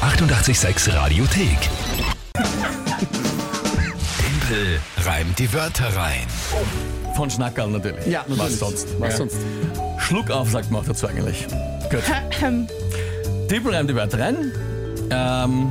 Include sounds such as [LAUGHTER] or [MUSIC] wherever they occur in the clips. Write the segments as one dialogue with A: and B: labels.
A: 886 Radiothek. Tempel reimt die Wörter rein.
B: Von Schnackerl natürlich.
C: Ja,
B: Was
C: natürlich.
B: sonst?
C: Was sonst?
B: Schluck auf, sagt man auch dazu eigentlich. Gut.
D: Ähm,
B: Tippel reimt die Wörter rein. Ähm,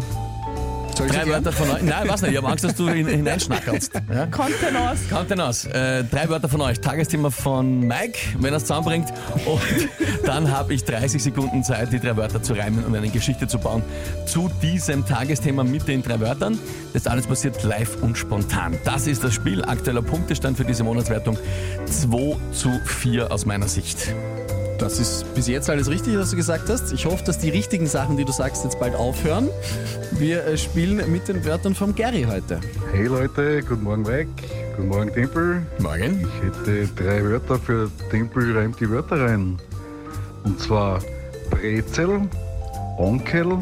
C: Soll ich
B: drei
C: sie
B: Wörter von euch. Nein, weiß nicht. Ich habe Angst, dass du
C: [LAUGHS]
B: hin- hineinschnackerlst. Ja?
D: Contenance.
B: Contenance. Äh, drei Wörter von euch. Tagesthema von Mike, wenn er es zusammenbringt. Und
C: [LAUGHS]
B: dann habe ich 30 Sekunden Zeit, die drei Wörter zu reimen und eine Geschichte zu bauen zu diesem Tagesthema mit den drei Wörtern. Das alles passiert live und spontan. Das ist das Spiel. Aktueller Punktestand für diese Monatswertung 2 zu 4 aus meiner Sicht.
C: Das ist bis jetzt alles richtig, was du gesagt hast. Ich hoffe, dass die richtigen Sachen, die du sagst, jetzt bald aufhören. Wir äh, spielen mit den Wörtern vom Gary heute.
E: Hey Leute, guten Morgen Mike, guten Morgen Tempel.
B: Morgen.
E: Ich hätte drei Wörter für Tempel reimt die Wörter rein. Und zwar Brezel, Onkel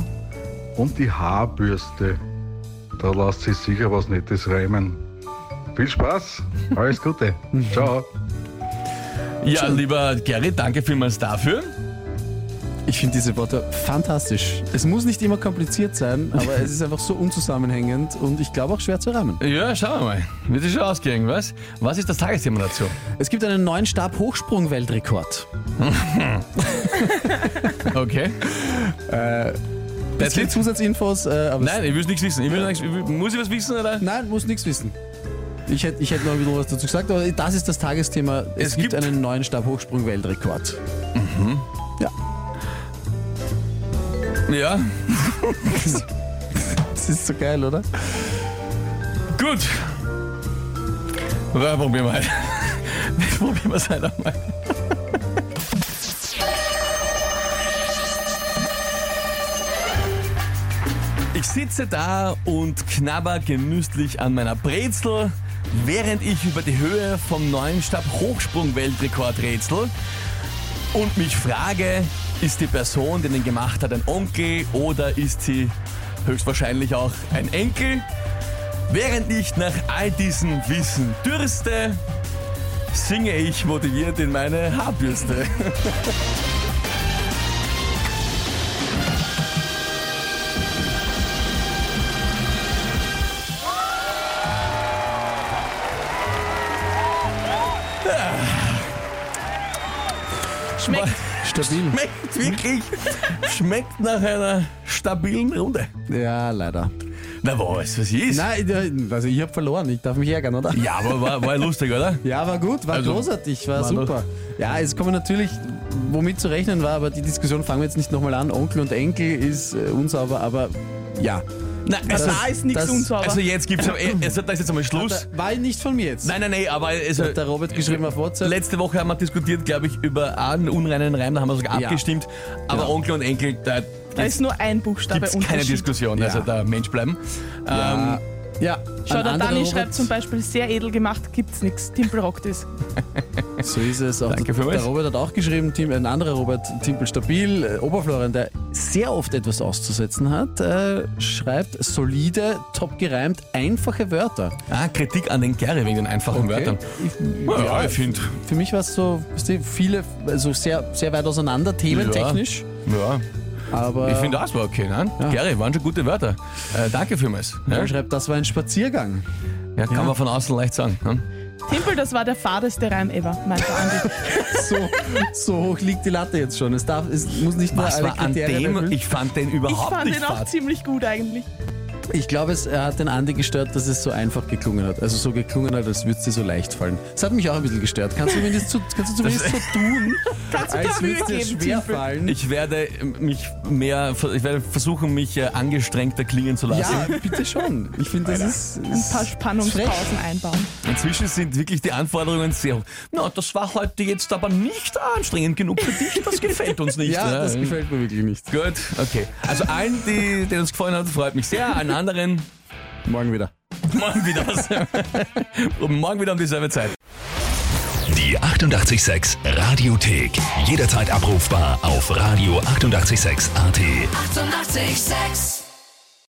E: und die Haarbürste. Da lasst sich sicher was Nettes reimen. Viel Spaß, alles Gute. Ciao.
B: Ja, lieber Gerry, danke vielmals dafür.
C: Ich finde diese Wörter fantastisch. Es muss nicht immer kompliziert [LAUGHS] sein, aber es ist einfach so unzusammenhängend und ich glaube auch schwer zu rahmen.
B: Ja, schauen wir mal. Wird es schon ausgehen, was? Was ist das Tagesthema dazu?
C: Es gibt einen neuen Stab-Hochsprung-Weltrekord. [LAUGHS]
B: Okay.
C: Äh, Es gibt
B: That's it?
C: Zusatzinfos, äh, aber
B: Nein, ich will nichts wissen. Ich will, nichts- ich will, muss ich was wissen, oder?
C: Nein, muss nichts wissen. Ich hätte ich hätt noch ein bisschen was dazu gesagt, aber das ist das Tagesthema. Es,
B: Es
C: gibt,
B: gibt-
C: einen neuen Stabhochsprung-Weltrekord.
B: Ja.
C: Das ist so geil, oder?
B: Gut. Ja, probieren wir halt. [LAUGHS] probieren wir es halt einmal. Ich sitze da und knabber genüsslich an meiner Brezel, während ich über die Höhe vom neuen Stabhochsprung-Weltrekord rätsel und mich frage, ist die Person, die den gemacht hat, ein Onkel oder ist sie höchstwahrscheinlich auch ein Enkel? Während ich nach all diesem Wissen dürste, singe ich motiviert in meine Haarbürste. Schmeckt.
C: Stabil.
B: Schmeckt wirklich. Schmeckt nach einer stabilen Runde.
C: Ja, leider.
B: Na was, was ist?
C: Nein, äh, also ich habe verloren, ich darf mich ärgern, oder?
B: Ja, aber war, war lustig, oder?
C: Ja, war gut, war
B: Also,
C: großartig, war,
B: war
C: super. Ja, es kommen natürlich, womit zu rechnen war, aber die Diskussion fangen wir jetzt nicht nochmal an. Onkel und Enkel ist äh, unsauber, aber ja.
B: Na, also,
D: Da ist nichts
C: das-
D: unsauber.
B: also jetzt gibt's am- also da ist jetzt einmal Schluss.
C: Da, war nicht von mir jetzt.
B: Nein, nein, nein, aber also,
C: Hat der Robert geschrieben auf WhatsApp.
B: letzte Woche haben wir diskutiert, glaube ich, über einen unreinen Reim, da haben wir sogar
C: Ja.
B: abgestimmt. Aber
C: Genau.
B: Onkel und Enkel, da
D: da ist nur ein Buchstabe
B: gibt es keine
D: Unterschied.
B: Diskussion. Also
C: Ja.
B: da Mensch bleiben.
C: ja.
B: Ähm,
C: ja.
D: Schau,
C: Ein
D: der
C: anderer
D: Dani
C: Robert-
D: schreibt zum Beispiel, sehr edel gemacht, gibt's nix. Timpel rockt es.
C: So ist es. Auch
B: Danke für
C: der
B: was.
C: Robert hat auch geschrieben, Tim, ein anderer Robert, Timpel Stabil, äh, Oberflorian, der sehr oft etwas auszusetzen hat, äh, schreibt solide, top gereimt, einfache Wörter.
B: ah, Kritik an den Gary wegen den einfachen Wörtern.
C: Ich,
B: Ja,
C: ja,
B: ich finde.
C: für mich war es so, weißt du, viele, also sehr, sehr weit auseinander, thementechnisch.
B: Ja,
C: Aber
B: ich finde, das war okay, nein?
C: Ja.
B: Gary, waren schon gute Wörter. Äh, danke vielmals. Ja,
C: er schreibt, das war ein Spaziergang.
B: ja, kann man von außen leicht sagen. Ne?
D: Timpel, das war der fadeste Reim ever, meinte Andi.
C: So, so hoch liegt die Latte jetzt schon. Es, darf, es muss nicht mehr
B: Was
C: alle
B: war an
C: Kriterien
B: dem?
C: erfüllen.
B: Ich fand den
D: Ich
B: überhaupt
D: fand
B: nicht
D: den auch
B: fad.
D: ziemlich gut eigentlich.
C: Ich glaube, es äh, hat den Andi gestört, dass es so einfach geklungen hat. Also so geklungen hat, als würde es dir so leicht fallen. Das hat mich auch ein bisschen gestört. Kannst du zumindest so, kannst du zumindest [LAUGHS] so tun,
D: Kannst du dir
C: als würde
D: Mühe
C: es dir
D: geben,
C: schwer
D: Timpel?
C: fallen?
B: Ich werde mich mehr, ich werde versuchen, mich äh, angestrengter klingen zu lassen.
C: ja, also, bitte schon. Ich finde, das ist,
D: Ein paar
C: ist frech.
D: Spannungspausen einbauen.
B: Inzwischen sind wirklich die Anforderungen sehr hoch. Na, das war heute jetzt aber nicht anstrengend genug für dich. Das gefällt uns nicht. ne?
C: Ja, das gefällt mir wirklich nicht.
B: Gut, okay. Also allen, die, denen es gefallen hat, freut mich sehr. Allen anderen,
C: Morgen wieder.
B: morgen wieder [LAUGHS] was. Und morgen wieder um dieselbe Zeit.
A: Die 886 Radiothek. Jederzeit abrufbar auf radio886.at. 886! 886.
F: 886